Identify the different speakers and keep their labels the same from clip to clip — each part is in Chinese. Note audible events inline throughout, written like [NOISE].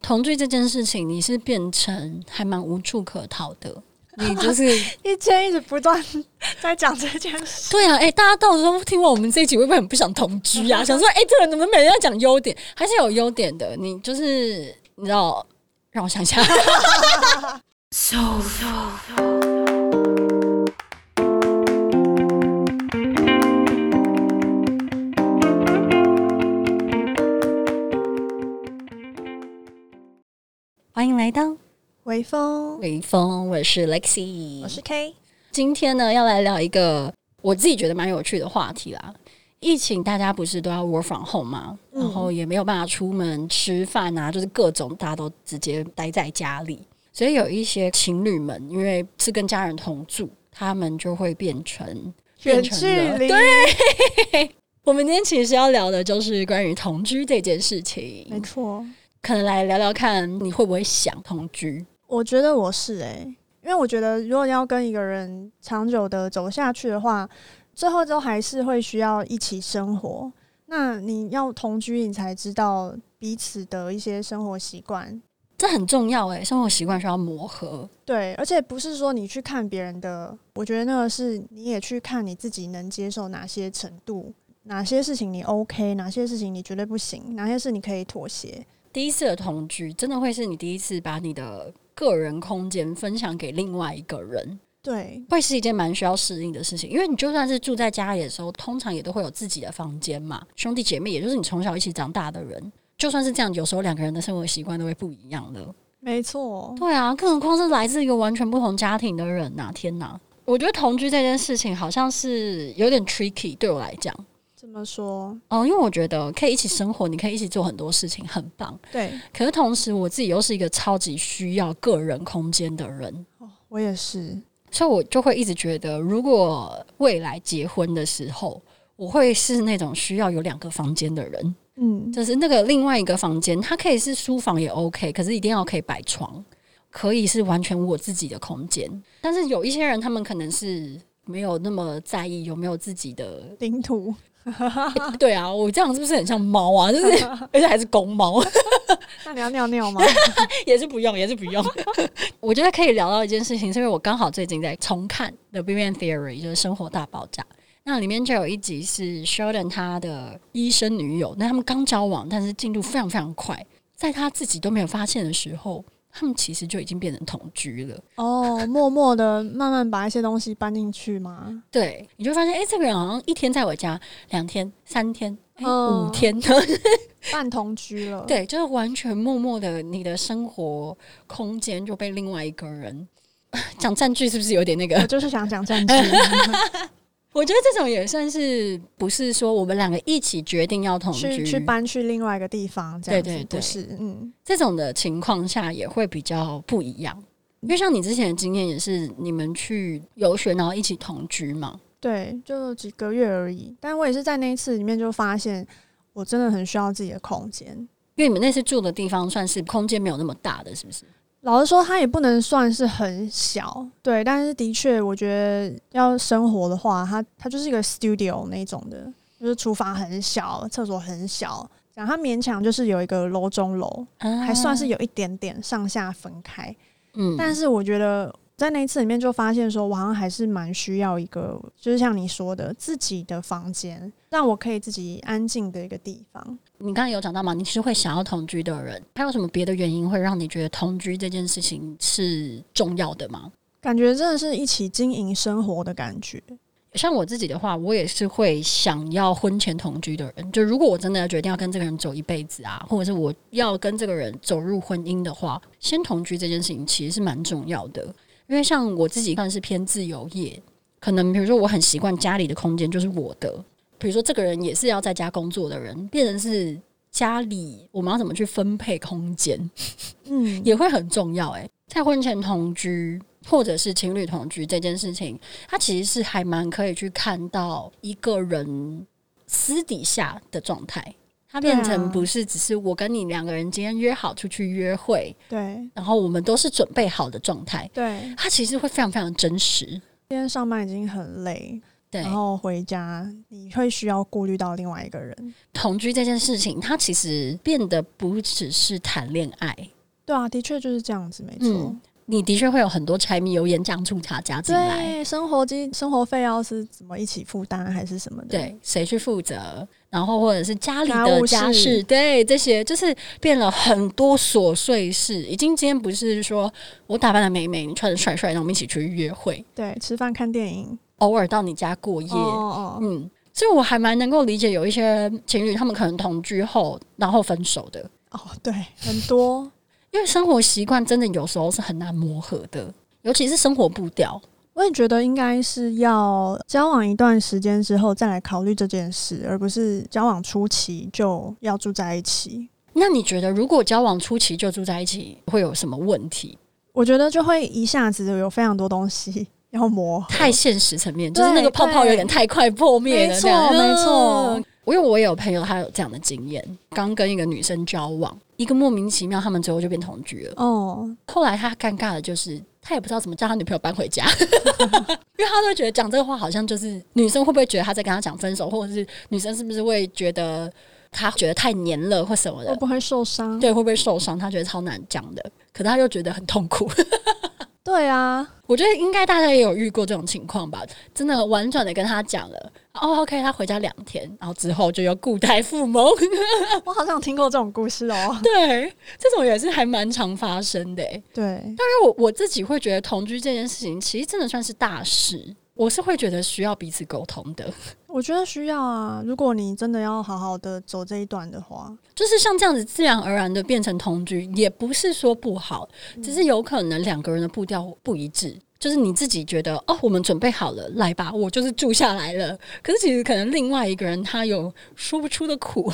Speaker 1: 同居这件事情，你是变成还蛮无处可逃的。 [LAUGHS] 你就是
Speaker 2: 一天一直不断 [LAUGHS] 在讲这件事，
Speaker 1: 对啊，哎、大家到时候听完我们这一集，会不会很不想同居啊？想说，哎、这个人怎么每人要讲优点，还是有优点的。你就是你知道，让我想一下。欢迎来到
Speaker 2: 微风，
Speaker 1: 微风，我是 Lexi，
Speaker 2: 我是 K，
Speaker 1: 今天呢，要来聊一个我自己觉得蛮有趣的话题啦。疫情大家不是都要 work from home 吗？
Speaker 2: 嗯
Speaker 1: 然后也没有办法出门吃饭啊，就是各种大家都直接待在家里，所以有一些情侣们因为是跟家人同住，他们就会变成
Speaker 2: 远
Speaker 1: 变成
Speaker 2: 距
Speaker 1: 了
Speaker 2: 离，
Speaker 1: 对， [LAUGHS] 我们今天其实要聊的就是关于同居这件事
Speaker 2: 没
Speaker 1: 情，
Speaker 2: 错。
Speaker 1: 可能来聊聊看你会不会想同居？
Speaker 2: 我觉得我是诶、因为我觉得如果要跟一个人长久的走下去的话，最后都还是会需要一起生活。那你要同居，你才知道彼此的一些生活习惯。
Speaker 1: 这很重要哎、生活习惯需要磨合。
Speaker 2: 对，而且不是说你去看别人的，我觉得那个是你也去看你自己能接受哪些程度，哪些事情你 OK，哪些事情你绝对不行，哪些事你可以妥协。
Speaker 1: 第一次的同居，真的会是你第一次把你的个人空间分享给另外一个人，
Speaker 2: 对，
Speaker 1: 会是一件蛮需要适应的事情。因为你就算是住在家里的时候，通常也都会有自己的房间嘛，兄弟姐妹，也就是你从小一起长大的人。就算是这样，有时候两个人的生活习惯都会不一样了。
Speaker 2: 没错，
Speaker 1: 对啊，更何况是来自一个完全不同家庭的人呐、天哪，我觉得同居这件事情好像是有点 tricky 对我来讲，
Speaker 2: 这么说，
Speaker 1: 嗯，因为我觉得可以一起生活，你可以一起做很多事情，很棒。
Speaker 2: 对
Speaker 1: 可是同时，我自己又是一个超级需要个人空间的人，
Speaker 2: [LAUGHS] 我也是。
Speaker 1: 所以我就会一直觉得，如果未来结婚的时候，我会是那种需要有两个房间的人，
Speaker 2: 嗯，
Speaker 1: 就是那个另外一个房间，它可以是书房也 OK，可是一定要可以摆床，可以是完全我自己的空间。但是有一些人，他们可能是没有那么在意有没有自己的
Speaker 2: 领 [LAUGHS] 土
Speaker 1: 对啊，我这样是不是很像猫啊？就是而且还是公猫，
Speaker 2: 那你要尿尿吗？
Speaker 1: [LAUGHS] 也是不用，也是不用。我觉得可以聊到一件事情，是因为我刚好最近在重看《The Big Bang Theory》，就是《生活大爆炸》。那里面就有一集是 Sheldon 他的医生女友，那他们刚交往，但是进度非常非常快，在他自己都没有发现的时候，他们其实就已经变成同居了。
Speaker 2: [LAUGHS] 哦，默默的慢慢把一些东西搬进去吗？
Speaker 1: 对，你就会发现，哎、这个人好像一天在我家，两天、三天、诶
Speaker 2: 嗯
Speaker 1: 五天， [LAUGHS]
Speaker 2: 半同居了。，
Speaker 1: 对，就是完全默默的，你的生活空间就被另外一个人 [LAUGHS] 讲占据，是不是有点那
Speaker 2: 我
Speaker 1: 个？
Speaker 2: 就是想讲 [LAUGHS] 战争。
Speaker 1: 我觉得这种也算是不是说我们两个一起决定要同
Speaker 2: 去
Speaker 1: 居，
Speaker 2: 去搬去另外一个地方，这样子
Speaker 1: 对对对
Speaker 2: 不是？嗯，
Speaker 1: 这种的情况下也会比较不一样。因为像你之前的经验也是，你们去游学然后一起同居嘛，
Speaker 2: 对，就几个月而已。但我也是在那一次里面就发现，我真的很需要自己的空间。
Speaker 1: 因为你们那次住的地方算是空间没有那么大的，是不是？
Speaker 2: 老实说，它也不能算是很小，对，但是的确，我觉得要生活的话，它它就是一个 studio 那种的，就是厨房很小，厕所很小，然后它勉强就是有一个楼中楼，还算是
Speaker 1: 有，
Speaker 2: 有一点点上下分开。
Speaker 1: 啊嗯
Speaker 2: 但是我觉得在那一次里面就发现说，我好像还是蛮需要一个，就是像你说的自己的房间，让我可以自己安静的一个地方。
Speaker 1: 你刚刚有讲到嘛，你是会想要同居的人，还有什么别的原因会让你觉得同居这件事情是重要的吗？
Speaker 2: 感觉真的是一起经营生活的感觉，
Speaker 1: 像我自己的话，我也是会想要婚前同居的人。就如果我真的要决定要跟这个人走一辈子啊，或者是我要跟这个人走入婚姻的话，先同居这件事情其实是蛮重要的。因为像我自己算是偏自由业，可能比如说我很习惯家里的空间就是我的，比如说这个人也是要在家工作的人，变成是家里我们要怎么去分配空间？
Speaker 2: 嗯，
Speaker 1: 也会很重要、欸。在婚前同居或者是情侣同居这件事情，它其实是还蛮可以去看到一个人私底下的状态。它
Speaker 2: 对啊
Speaker 1: 变成不是只是我跟你两个人今天约好出去约会，
Speaker 2: 对
Speaker 1: 然后我们都是准备好的状态，
Speaker 2: 对。
Speaker 1: 它其实会非常非常真实。
Speaker 2: 今天上班已经很累，
Speaker 1: 对，
Speaker 2: 然后回家你会需要顾虑到另外一个人，
Speaker 1: 同居这件事情，它其实变得不只是谈恋爱，
Speaker 2: 对啊，的确就是这样子，没错。
Speaker 1: 嗯你的确会有很多柴米油盐酱醋茶加进来，
Speaker 2: 对，生活机生活费要是怎么一起负担还是什么的？
Speaker 1: 对，谁去负责，然后或者是家里
Speaker 2: 家
Speaker 1: 的
Speaker 2: 务
Speaker 1: 家
Speaker 2: 事
Speaker 1: 事，对，这些就是变了很多琐碎事。已经今天不是说我打扮的美美，你穿的帅帅，然后我们一起去约会，
Speaker 2: 对，吃饭看电影，
Speaker 1: 偶尔到你家过夜，
Speaker 2: 哦哦哦，
Speaker 1: 嗯。所以我还蛮能够理解有一些情侣，他们可能同居后然后分手的，
Speaker 2: 哦，对，很多，
Speaker 1: 因为生活习惯真的有时候是很难磨合的，尤其是生活步调。
Speaker 2: [LAUGHS] 我也觉得应该是要交往一段时间之后再来考虑这件事，而不是交往初期就要住在一起。
Speaker 1: 那你觉得，如果交往初期就住在一起，会有什么问题？
Speaker 2: 我觉得就会一下子有非常多东西 [LAUGHS] 要磨合。
Speaker 1: 太现实层面，就
Speaker 2: 对
Speaker 1: 是那个泡泡有点太快破灭了。
Speaker 2: 没
Speaker 1: 这
Speaker 2: 错
Speaker 1: 样嗯
Speaker 2: 没错。
Speaker 1: 我因为我也有朋友，他有这样的经验，刚跟一个女生交往，一个莫名其妙，他们最后就变同居了。
Speaker 2: 哦，
Speaker 1: 后来他尴尬的就是，他也不知道怎么叫他女朋友搬回家， [LAUGHS] 因为他都会觉得讲这个话好像就是女生会不会觉得他在跟他讲分手，或者是女生是不是会觉得他觉得太黏了或什么
Speaker 2: 会
Speaker 1: 的，
Speaker 2: 不会受伤？
Speaker 1: 对，会不会受伤？他觉得超难讲的，可是他又觉得很痛苦。
Speaker 2: 对啊，
Speaker 1: 我觉得应该大家也有遇过这种情况吧，真的婉转的跟他讲了，哦，OK，他回家两天，然后之后就又故态复萌， [LAUGHS]
Speaker 2: 哎我好像有听过这种故事哦。
Speaker 1: 对，这种也是还蛮常发生的欸。
Speaker 2: [LAUGHS] 对，
Speaker 1: 但是我我自己会觉得同居这件事情，其实真的算是大事，我是会觉得需要彼此沟通的，
Speaker 2: 我觉得需要啊。如果你真的要好好的走这一段的话，
Speaker 1: 就是像这样子自然而然的变成同居，也不是说不好，只是有可能两个人的步调不一致。就是你自己觉得哦，我们准备好了，来吧，我就是住下来了。可是其实可能另外一个人他有说不出的苦，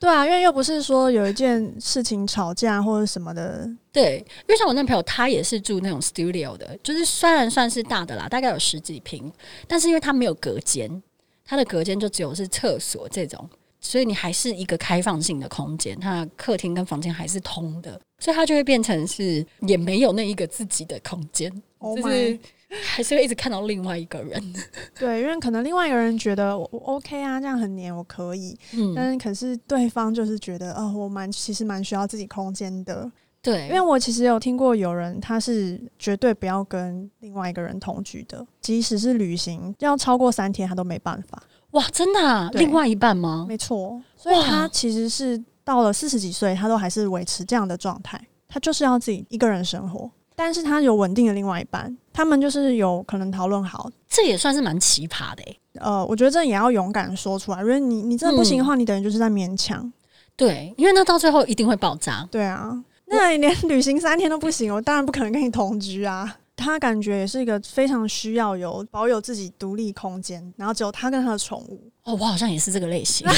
Speaker 2: 对啊，因为又不是说有一件事情吵架或者什么的，
Speaker 1: 对，因为像我那朋友，他也是住那种 studio 的，就是虽然算是大的啦，大概有十几平，但是因为他没有隔间，他的隔间就只有是厕所这种，所以你还是一个开放性的空间，他的客厅跟房间还是通的，所以他就会变成是也没有那一个自己的空间，
Speaker 2: Oh
Speaker 1: 就
Speaker 2: my
Speaker 1: 是还是会一直看到另外一个人。
Speaker 2: [LAUGHS] 对，因为可能另外一个人觉得我我 OK 啊，这样很黏，我可以，
Speaker 1: 嗯，
Speaker 2: 但是可是对方就是觉得，哦，我蛮其实蛮需要自己空间的，
Speaker 1: 对，
Speaker 2: 因为我其实有听过有人他是绝对不要跟另外一个人同居的，即使是旅行要超过三天他都没办法，
Speaker 1: 哇，真的、啊，
Speaker 2: 对
Speaker 1: 另外一半吗？
Speaker 2: 没错，所以
Speaker 1: 哇
Speaker 2: 他其实是到了四十几岁，他都还是维持这样的状态，他就是要自己一个人生活，但是他有稳定的另外一半，他们就是有可能讨论好，
Speaker 1: 这也算是蛮奇葩的、欸，
Speaker 2: 呃，我觉得这也要勇敢说出来，因为你你真的不行的话，你等于就是在勉强。
Speaker 1: 对，因为那到最后一定会爆炸。
Speaker 2: 对啊，那你连旅行三天都不行，我当然不可能跟你同居啊。他感觉也是一个非常需要有保有自己独立空间，然后只有他跟他的宠物。
Speaker 1: 哦，我好像也是这个类型。
Speaker 2: [LAUGHS]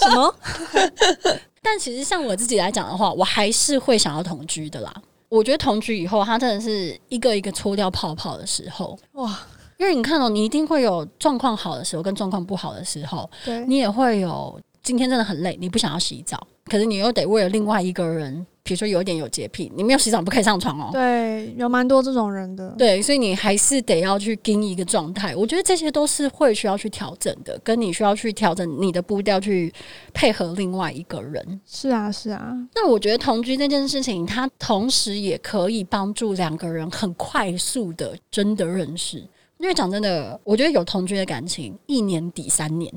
Speaker 2: 什么？
Speaker 1: 但其实像我自己来讲的话，我还是会想要同居的啦。我觉得同居以后，它真的是一个一个搓掉泡泡的时候，
Speaker 2: 哇，
Speaker 1: 因为你看到、你一定会有状况好的时候跟状况不好的时候，
Speaker 2: 对，
Speaker 1: 你也会有今天真的很累，你不想要洗澡，可是你又得为了另外一个人，比如说有一点有洁癖，你没有洗澡不可以上床哦。
Speaker 2: 对，有蛮多这种人的。
Speaker 1: 对，所以你还是得要去盯一个状态。我觉得这些都是会需要去调整的，跟你需要去调整你的步调去配合另外一个人。
Speaker 2: 是啊，是啊，
Speaker 1: 那我觉得同居这件事情，它同时也可以帮助两个人很快速的真的认识。因为讲真的，我觉得有同居的感情，一年抵三年。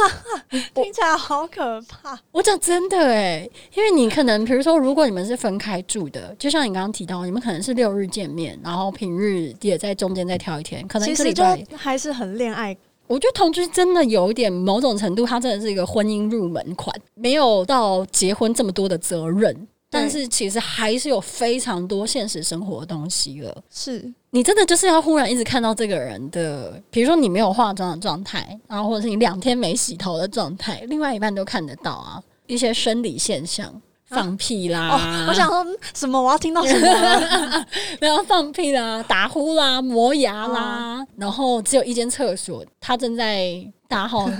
Speaker 1: 我
Speaker 2: 听起来好可怕。
Speaker 1: 我讲真的诶、因为你可能，比如说，如果你们是分开住的，就像你刚刚提到，你们可能是六日见面，然后平日也在中间再挑一天，可能一
Speaker 2: 其
Speaker 1: 个
Speaker 2: 实
Speaker 1: 礼
Speaker 2: 就
Speaker 1: 拜。
Speaker 2: 还是很恋爱。
Speaker 1: 我觉得同居真的有一点，某种程度，它真的是一个婚姻入门款，没有到结婚这么多的责任，但是其实还是有非常多现实生活的东西了。
Speaker 2: 是，
Speaker 1: 你真的就是要忽然一直看到这个人的，比如说你没有化妆的状态，然后或者是你两天没洗头的状态，另外一半都看得到啊，一些生理现象。放屁啦！
Speaker 2: 哦，我想说嗯什么？我要听到什么啊 [LAUGHS] 了？
Speaker 1: 然后放屁啦、打呼啦、磨牙啦，然后只有一间厕所，他正在大号，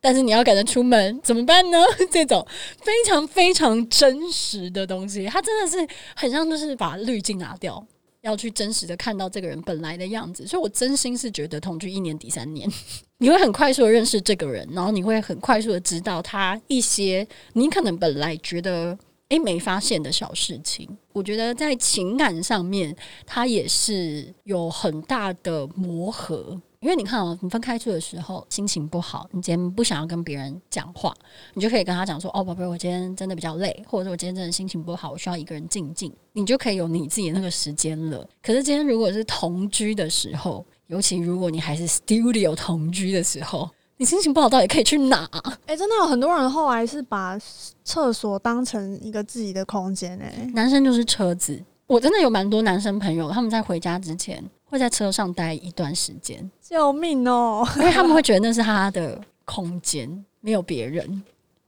Speaker 1: 但是你要赶着出门怎么办呢？ [LAUGHS] 这种非常非常真实的东西，它真的是很像就是把滤镜拿掉。要去真实的看到这个人本来的样子，所以我真心是觉得同居一年抵三年， [LAUGHS] 你会很快速的认识这个人，然后你会很快速的知道他一些你可能本来觉得诶没发现的小事情。我觉得在情感上面，它也是有很大的磨合。因为你看哦，你分开住的时候心情不好，你今天不想要跟别人讲话，你就可以跟他讲说：“哦，宝贝，我今天真的比较累，或者是我今天真的心情不好，我需要一个人静静。”你就可以有你自己的那个时间了。可是今天如果是同居的时候，尤其如果你还是 studio 同居的时候，你心情不好到底可以去哪？
Speaker 2: 哎、真的有很多人后来是把厕所当成一个自己的空间哎、
Speaker 1: 男生就是车子。我真的有蛮多男生朋友，他们在回家之前会在车上待一段时间，
Speaker 2: 救命哦、
Speaker 1: 因为他们会觉得那是他的空间，没有别人，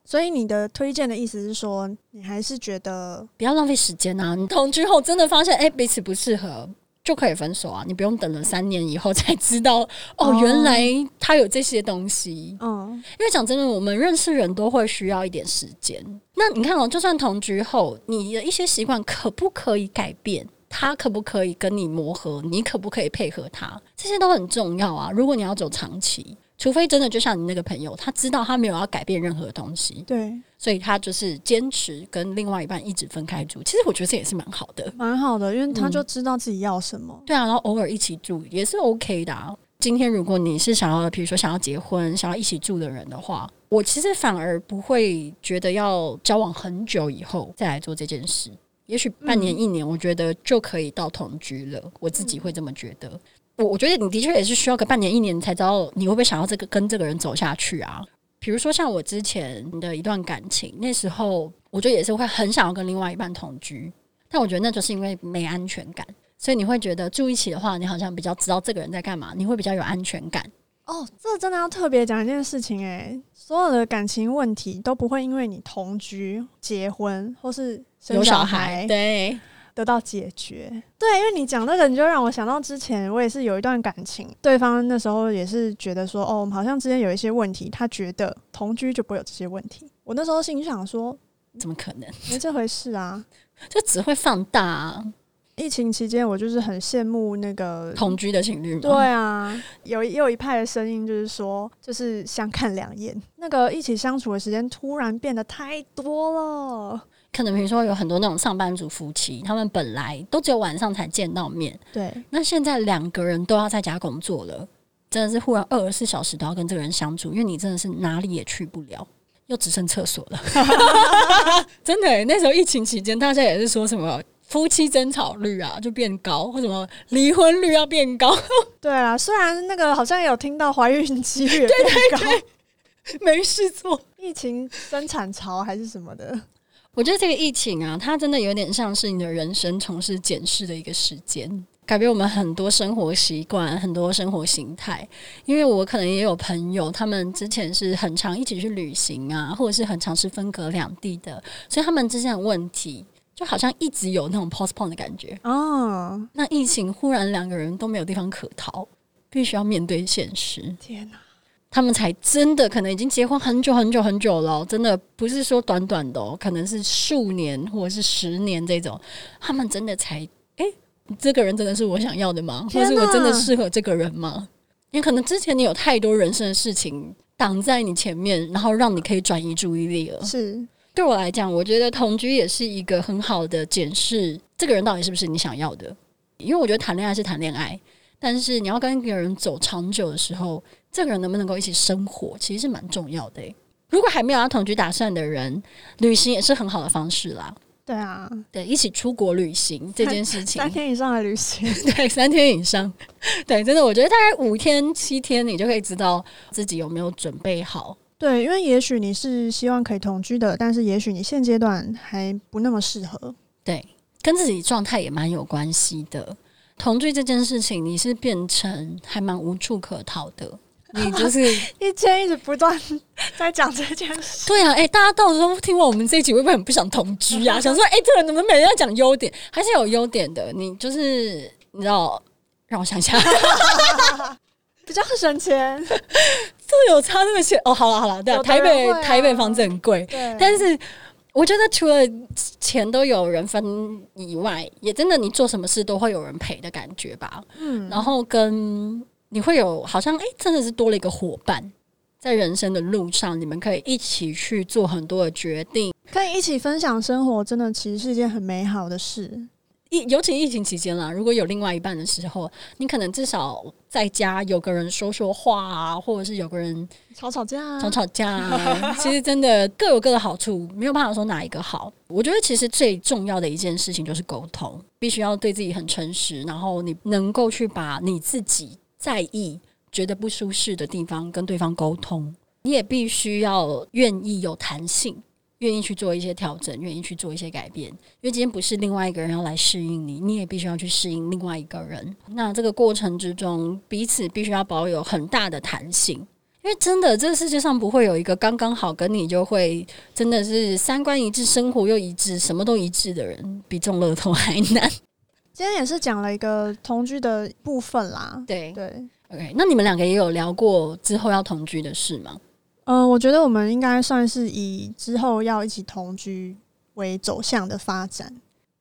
Speaker 2: 所以你的推荐的意思是说，你还是觉得
Speaker 1: 不要浪费时间啊！你同居后真的发现，哎、彼此不适合。就可以分手啊！你不用等了三年以后才知道，哦，
Speaker 2: 哦
Speaker 1: 原来他有这些东西。
Speaker 2: 嗯，
Speaker 1: 因为讲真的，我们认识人都会需要一点时间。那你看哦，就算同居后，你的一些习惯可不可以改变？他可不可以跟你磨合？你可不可以配合他？这些都很重要啊！如果你要走长期，除非真的就像你那个朋友，他知道他没有要改变任何东西，
Speaker 2: 对，
Speaker 1: 所以他就是坚持跟另外一半一直分开住。其实我觉得这也是蛮好的。
Speaker 2: 蛮好的，因为他就知道自己要什么。
Speaker 1: 对啊，然后偶尔一起住也是 OK 的、啊。今天如果你是想要，比如说想要结婚、想要一起住的人的话，我其实反而不会觉得要交往很久以后再来做这件事。也许半年、
Speaker 2: 嗯
Speaker 1: 一年，我觉得就可以到同居了。我自己会这么觉得。我我觉得你的确也是需要个半年、一年，你才知道你会不会想要这个跟这个人走下去啊。比如说像我之前的一段感情，那时候我觉得也是会很想要跟另外一半同居，但我觉得那就是因为没安全感，所以你会觉得住一起的话，你好像比较知道这个人在干嘛，你会比较有安全感。
Speaker 2: 哦，这真的要特别讲一件事情哎、所有的感情问题都不会因为你同居、结婚或是生
Speaker 1: 有
Speaker 2: 小
Speaker 1: 孩，
Speaker 2: 孩
Speaker 1: 对，
Speaker 2: 得到解决。对，因为你讲那个，你就让我想到之前我也是有一段感情，对方那时候也是觉得说，哦，我们好像之间有一些问题，他觉得同居就不会有这些问题。我那时候心里想说，
Speaker 1: 怎么可能？
Speaker 2: 没这回事啊。
Speaker 1: 就只会放大啊、
Speaker 2: 疫情期间，我就是很羡慕那个
Speaker 1: 同居的情侣嘛。
Speaker 2: 对啊，有也有一派的声音就是说，就是相看两厌，那个一起相处的时间突然变得太多了。
Speaker 1: 可能比如说有很多那种上班族夫妻，他们本来都只有晚上才见到面，
Speaker 2: 对，
Speaker 1: 那现在两个人都要在家工作了，真的是忽然二十四小时都要跟这个人相处，因为你真的是哪里也去不了，又只剩厕所了。 [LAUGHS] 真的耶、那时候疫情期间，大家也是说什么夫妻争吵率啊就变高，或什么离婚率要变高，
Speaker 2: 对啊，虽然那个好像有听到怀孕几率也变高，
Speaker 1: 没事做。
Speaker 2: 疫情生产潮还是什么的，
Speaker 1: 我觉得这个疫情啊，它真的有点像是你的人生从事检视的一个时间，改变我们很多生活习惯、很多生活形态。因为我可能也有朋友，他们之前是很常一起去旅行啊，或者是很常是分隔两地的，所以他们之间的问题就好像一直有那种 postpone 的感觉。
Speaker 2: 哦，
Speaker 1: 那疫情忽然两个人都没有地方可逃，必须要面对现实。
Speaker 2: 天哪、
Speaker 1: 他们才真的可能已经结婚很久很久很久了哦、真的不是说短短的哦，可能是数年或者是十年这种，他们真的才哎、诶这个人真的是我想要的吗？或
Speaker 2: 天
Speaker 1: 是
Speaker 2: 哪
Speaker 1: 我真的适合这个人吗？因为可能之前你有太多人生的事情挡在你前面，然后让你可以转移注意力了。
Speaker 2: 是
Speaker 1: 对我来讲，我觉得同居也是一个很好的检视这个人到底是不是你想要的。因为我觉得谈恋爱是谈恋爱，但是你要跟一个人走长久的时候，这个人能不能够一起生活，其实是蛮重要的欸、如果还没有要同居打算的人，旅行也是很好的方式啦。
Speaker 2: 对啊，
Speaker 1: 对，一起出国旅行这件事情
Speaker 2: 三，天以上的旅行，
Speaker 1: 对，三天以上， [LAUGHS] 对，真的，我觉得大概五天七天，你就可以知道自己有没有准备好。
Speaker 2: [LAUGHS] 对，因为也许你是希望可以同居的，但是也许你现阶段还不那么适合。
Speaker 1: 对，跟自己状态也蛮有关系的。同居这件事情，你是变成还蛮无处可逃
Speaker 2: [LAUGHS]
Speaker 1: 的，你就是
Speaker 2: 一天一直不断在讲这件事，
Speaker 1: [LAUGHS]
Speaker 2: [LAUGHS]
Speaker 1: 对啊，哎、大家到时候听完我们这一集，会不会很不想同居
Speaker 2: [LAUGHS]
Speaker 1: 啊？想说，哎、这个人怎么每天要讲优点，还是有优点的。你就是你知道，让我想一下， [LAUGHS]
Speaker 2: 比较省钱。
Speaker 1: 这有差那么些哦。好了好了，对、啊，
Speaker 2: 有的
Speaker 1: 台
Speaker 2: 人
Speaker 1: 北、
Speaker 2: 会啊
Speaker 1: 台北房子很贵，
Speaker 2: 对，
Speaker 1: 但是我觉得除了钱都有人分以外，也真的你做什么事都会有人陪的感觉吧。
Speaker 2: 嗯，
Speaker 1: 然后跟你会有好像哎、诶真的是多了一个伙伴，在人生的路上，你们可以一起去做很多的决定。
Speaker 2: 可以一起分享生活，真的其实是一件很美好的事。
Speaker 1: 疫尤其疫情期间啦，如果有另外一半的时候，你可能至少在家有个人说说话啊，或者是有个人
Speaker 2: 吵吵架、啊
Speaker 1: 吵吵架啊。其实真的各有各的好处，没有办法说哪一个好。我觉得其实最重要的一件事情就是沟通，必须要对自己很诚实，然后你能够去把你自己在意、觉得不舒适的地方跟对方沟通。你也必须要愿意有弹性，愿意去做一些调整，愿意去做一些改变。因为今天不是另外一个人要来适应你，你也必须要去适应另外一个人。那这个过程之中，彼此必须要保有很大的弹性。因为真的，这个世界上不会有一个刚刚好跟你就会真的是三观一致、生活又一致、什么都一致的人，比中乐透还难。
Speaker 2: 今天也是讲了一个同居的部分啦。
Speaker 1: 对
Speaker 2: 对，
Speaker 1: ，OK，那你们两个也有聊过之后要同居的事吗？
Speaker 2: 嗯、我觉得我们应该算是以之后要一起同居为走向的发展。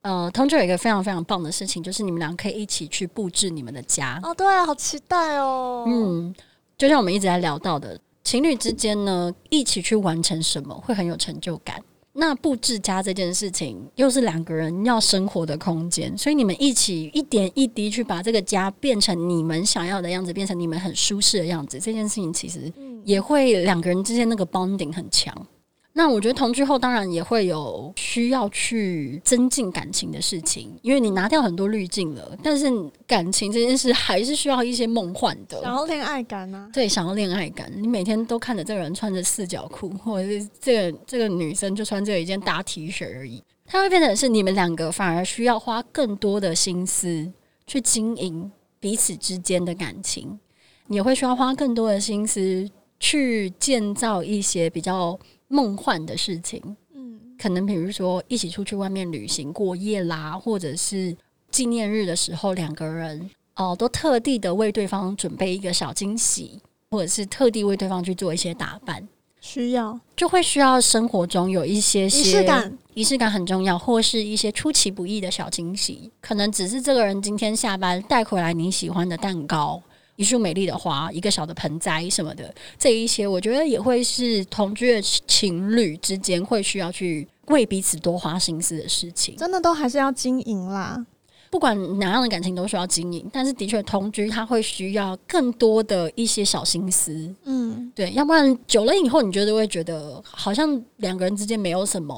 Speaker 1: 呃，同居有一个非常非常棒的事情，就是你们俩可以一起去布置你们的家。
Speaker 2: 哦，对啊，好期待哦。
Speaker 1: 嗯，就像我们一直在聊到的，情侣之间呢，一起去完成什么会很有成就感。那布置家这件事情，又是两个人要生活的空间，所以你们一起一点一滴去把这个家变成你们想要的样子，变成你们很舒适的样子，这件事情其实嗯
Speaker 2: 嗯
Speaker 1: 也会两个人之间那个 bonding 很强。那我觉得同居后当然也会有需要去增进感情的事情，因为你拿掉很多滤镜了，但是感情这件事还是需要一些梦幻的。
Speaker 2: 想要恋爱感啊。
Speaker 1: 对，想要恋爱感，你每天都看着这个人穿着四角裤，或者是这个这个女生就穿这一件大 T 恤而已，它会变成是你们两个反而需要花更多的心思去经营彼此之间的感情，你也会需要花更多的心思去建造一些比较梦幻的事情，
Speaker 2: 嗯，
Speaker 1: 可能比如说一起出去外面旅行过夜啦，或者是纪念日的时候，两个人哦、呃都特地的为对方准备一个小惊喜，或者是特地为对方去做一些打扮，
Speaker 2: 需要
Speaker 1: 就会需要生活中有一些
Speaker 2: 仪式感。
Speaker 1: 仪式感很重要，或是一些出其不意的小惊喜，可能只是这个人今天下班带回来你喜欢的蛋糕、一束美丽的花、一个小的盆栽什么的，这一些我觉得也会是同居的情侣之间会需要去为彼此多花心思的事情。
Speaker 2: 真的都还是要经营啦。
Speaker 1: 不管哪样的感情都需要经营，但是的确同居它会需要更多的一些小心思，
Speaker 2: 嗯，
Speaker 1: 对，要不然久了以后，你觉得会觉得好像两个人之间没有什么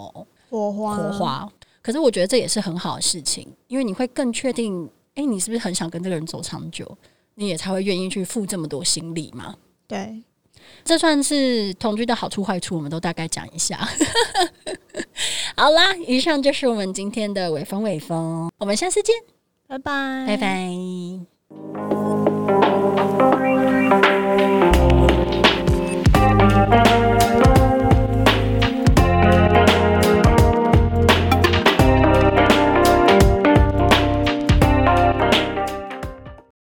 Speaker 2: 火花，
Speaker 1: 火，花。嗯可是我觉得这也是很好的事情，因为你会更确定，哎、你是不是很想跟这个人走长久，你也才会愿意去付这么多心力嘛。
Speaker 2: 对，
Speaker 1: 这算是同居的好处坏处，我们都大概讲一下。 [LAUGHS] 好啦，以上就是我们今天的尾风尾风，我们下次见，
Speaker 2: 拜
Speaker 1: 拜。
Speaker 2: 拜，
Speaker 1: 拜。